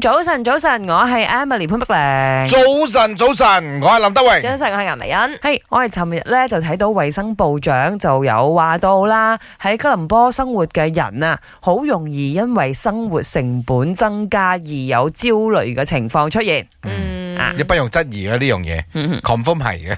早晨，早晨，我係 Emily 潘碧玲。早晨，早晨，我系林德榮。早晨，我係顏麗欣。係我係尋日咧就睇到衛生部長就有話到啦，喺吉隆坡生活嘅人啊，好容易因為生活成本增加而有焦慮嘅情況出現。嗯啊你不容質疑嘅呢樣嘢，confirm 係嘅。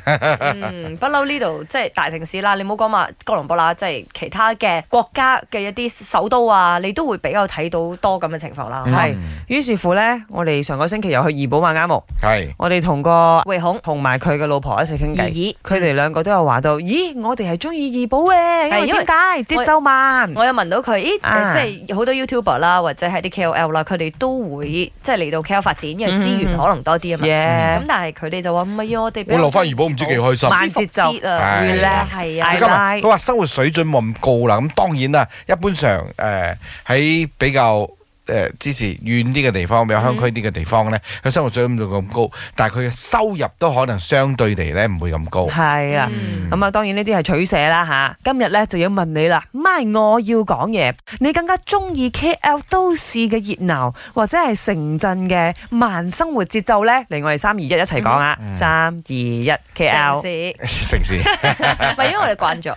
嗯，不嬲呢度即係大城市啦，你唔好講話哥倫布啦，即係其他嘅國家嘅一啲首都啊，你都會比較睇到多咁嘅情況嗯啦。係於是乎咧，我哋上個星期又去怡寶馬啱木，係我哋同個惠孔同埋佢嘅老婆一齊傾二偈。二，佢哋兩個都有話到，咦，我哋係中意怡寶嘅，因係為因為點解節奏慢？我有問到佢，咦，啊即係好多 YouTuber 啦，或者係啲 KOL 啦，佢哋都會即係嚟到 KL 發展，因為資源可能多啲啊嘛。耶咁但係佢哋就話唔係啊，我哋比我較留翻怡寶唔知幾開心。慢舒服節奏啲啊係 relax 係佢啊今日係佢話生活水準冇咁高啦，咁當然啦，一般上誒喺比較。誒支持遠啲嘅地方，比較鄉區啲嘅地方咧，嗯佢生活水準冇咁高，但係佢嘅收入都可能相對地咧唔會咁 高。係啦。嗯咁啊，當然呢啲係取捨啦吓。今日咧就要問你啦，咪我要講嘢，你更加中意 KL 都市嘅熱鬧，或者係城鎮嘅慢生活節奏呢？嚟，我哋三二一一齊講啊！嗯三二一城 KL，市，城市 唔係因為我哋慣咗，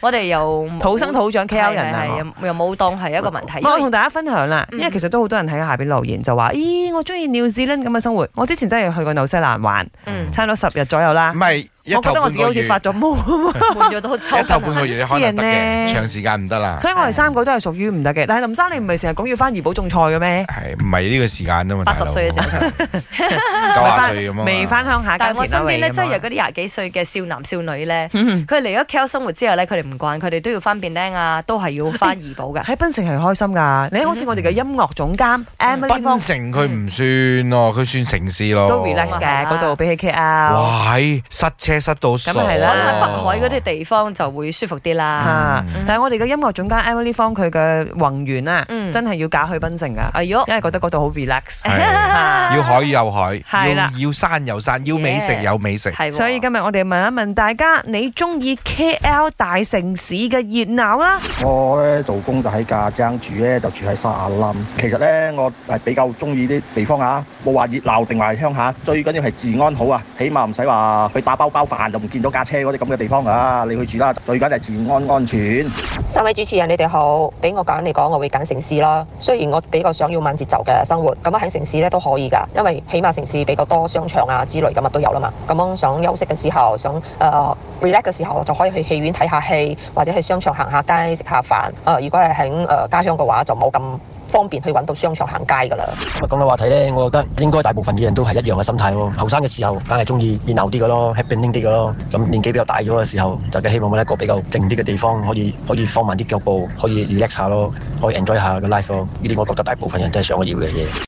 我哋又冇土生土長 KL 人係係啊！又又冇當係一個問題，因我為嗯同大家分享啦，因為其實都好多人喺下邊留言就話：咦，我中意 New Zealand 咁嘅生活。我之前真係去過紐西蘭玩， 嗯差唔多十日左右啦唔。係一我覺頭得我半自己好個似月，發咗毛啊嘛換咗都抽一頭筋半個月可能黐得線呢嘅，長時間唔得啦。所以我哋三個都係屬於唔得嘅。但係林生，你唔係成日講要翻怡寶種菜嘅咩？係唔係呢個時間啊嘛？八十歲嘅時時候， 九啊歲咁啊，未翻鄉下耕田啦，但係我身邊咧喂真係咁啊有嗰啲廿幾歲嘅少男少女 咧，嗯佢嚟咗 KL 生活之後咧，佢哋唔慣，佢哋都要翻便靚啊，都係要翻怡保嘅。 喺檳城係開心㗎。你好嗯似我哋嘅音樂總監 Emily 方檳城佢唔算咯，佢算城市咯。都 relax 嘅，哇嗰度比起 KL 哦哇！係塞車塞到傻。啊咁係可啦能喺北海嗰啲地方就會舒服啲啦。哦嚇嗯啊但係我哋嘅音樂總監 Emily 方佢嘅宏願啊，嗯真係要嫁去檳城㗎，哎呦，因為覺得嗰度好 relax。係要海有海，係啦要要山有山，要美食 Yeah 有美食。 係喎所以今日我哋問一問大家，你中意 KL 大城市嘅熱鬧啦？我咧做工就喺架張住咧，就住喺沙冧。其實咧，我係比較中意啲地方啊，冇話熱鬧定話係鄉下，最緊要係治安好啊，起碼唔使話去打包包飯就唔見到架車嗰啲咁嘅地方啊，你去住啦，最緊係治安安全。三位主持人，你哋好。俾我揀嚟講，我會揀城市啦。雖然我比較想要慢節奏嘅生活，咁啊喺城市咧都可以㗎，因為起碼城市比較多商場啊之類咁啊都有啦嘛。咁樣想休息嘅時候，想誒、呃 relax 嘅時候，就可以去戲院睇下戲，或者去商場行下街食下飯。誒、呃如果係喺誒家鄉嘅話，就冇咁方便去揾到商場行街㗎啦。咁啊嘅話題咧，我覺得應該大部分嘅人都係一樣嘅心態喎。後生嘅時候，梗係中意熱鬧啲嘅咯，happening 啲嘅咯。咁年紀比較大咗嘅時候，就梗係希望揾一個比較靜啲嘅地方，可以可以放慢啲腳步，可以 relax 下咯，可以 enjoy 下個 life 咯。呢啲我覺得大部分人都係想我要嘅嘢。